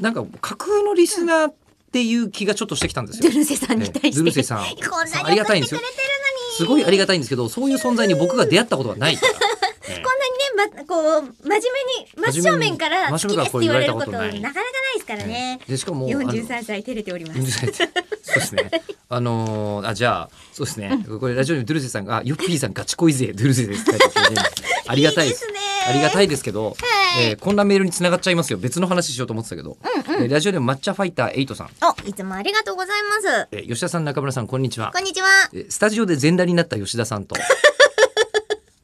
なんか架空のリスナーっていう気がちょっとしてきたんですドよゥ。ルセさんに 対しねドて、ゥルセさんこんなありにがた送いっんでてすくれてるよのにすごいありがたいんですけど、そういう存在に僕が出会ったことは ないから。ねこんなにね、ま、こう、真面目に、真正面から好真面き目でにすって言われること、真な正か面なからこう言われたことないかないですからね。でしかもあの43歳照れておりまうるす。さいそうですね。あのーあじゃあそうですね。これラジオにドゥルセさんがあヨッピーさんガチ恋勢ドゥルセですって書いてあってねありがたいですいいですねありがたいですけど、はいえーこんなメールに繋がっちゃいますよ。別の話しようと思ってたけど。えーラジオでも抹茶ファイターエイトさん、お、いつもありがとうございます。えー吉田さん中村さんこんにちはこ。んにちは。えースタジオで全裸になった吉田さんと。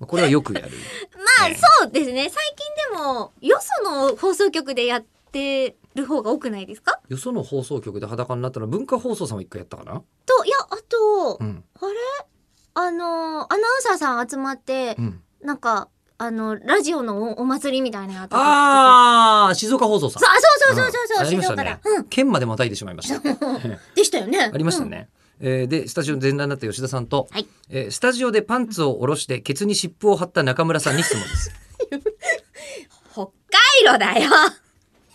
これはよくやる。まあ、ねそうですね。最近でも、よその放送局でやってる方が多くないですかよその放送局で裸になったのは文化放送さんは一回やったかな。と、いや、あと、うん。あれあの、アナウンサーさん集まってう、ん。なんか、あの、ラジオのおお祭りみたいなやつ。ああ静岡放送さんそう。あそうそうそうそう、んうやりま静した岡ねだ。うん。。県までまたいでしまいま した。でしたよね。ありましたね。えーでスタジオの前段になった吉田さんと、はいえースタジオでパンツを下ろしてケツに湿布を貼った中村さんに質問です。うん。北海道だよ。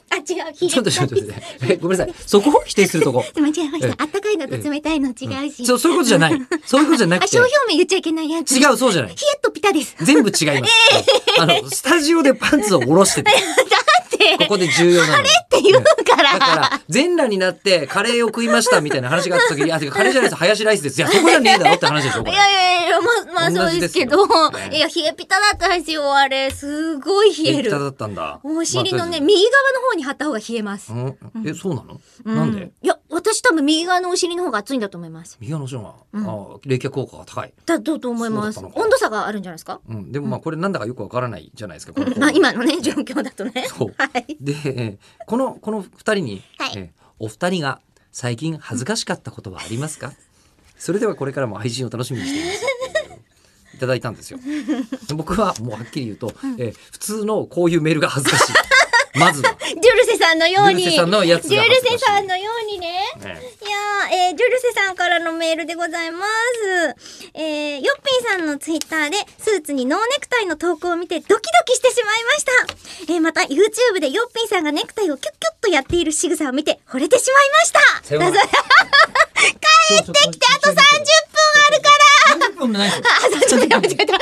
あ、違う。 ひちょっとちょっと待ってえごめんなさい。そこを否定する とこ。間違えましえた。あったかいのと冷たいの違うし。そうそういうことじゃない。そういうことじゃなあ、くて商標名言っちゃいけないやつ。違うそうじゃないヒ。エッとピタです。全部違います。あのスタジオでパンツを下ろしててって、ここで重要なの。って言うかだからら。全裸になってカレーを食いましたみたいな話があった時に「あてかカレーじゃないですハヤシライスです」いやそこじゃねえだろって話でしょこ いれ。やいやいや、まあ、まあそうですけど同じですよ。ねいや、冷えピタだったんですよ、あれ。すごい冷ピえタだる。ったんだ。お尻のね、ま右側の方に貼った方が冷えます。あとりあえずうんえそうなの？なんで？いや、私多分右側のお尻の方が熱いんだと思います。右側の人が、あー冷却効果が高い。だ、どうと思います。そうだったのか温度差があるんじゃないですかうん、でもまあこれなんだかよくわからないじゃないですか。このまあ今のね、状況だとね。そうはい。で、えーこのこの二人に、はいえーお二人が最近恥ずかしかったことはありますか？それではこれからも配信を楽しみにしています。いただいたんですよ。僕はもうはっきり言うと、えー普通のこういうメールが恥ずかしい。まずは、ジュルセさんのように。ジュルセさんのやつがジュル恥ずかしいセさんのようにね。ね、いやー、えー、ジュルセさんからのメールでございます。えー、ヨッピーさんのツイッターで、スーツにノーネクタイの投稿を見てドキドキしてしまいました。えー、また YouTube でヨッピーさんがネクタイをキュッキュッとやっている仕草を見て惚れてしまいました。さようなら。帰ってきてあと30分あるから。30分もないですよあ、そうちょっとやめて、30秒あるから、あと20秒もある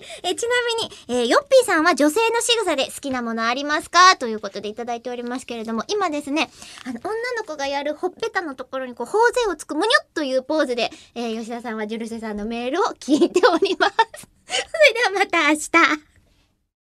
のに。え、ちなみに、えーヨッピーさんは女性の仕草で好きなものありますかということでいただいておりますけれども、今ですね、あの、女の子がやるほっぺたのところにこう、頬杖をつくむにょっというポーズで、 えー吉田さんはジュルセさんのメールを聞いております。それではまた明日。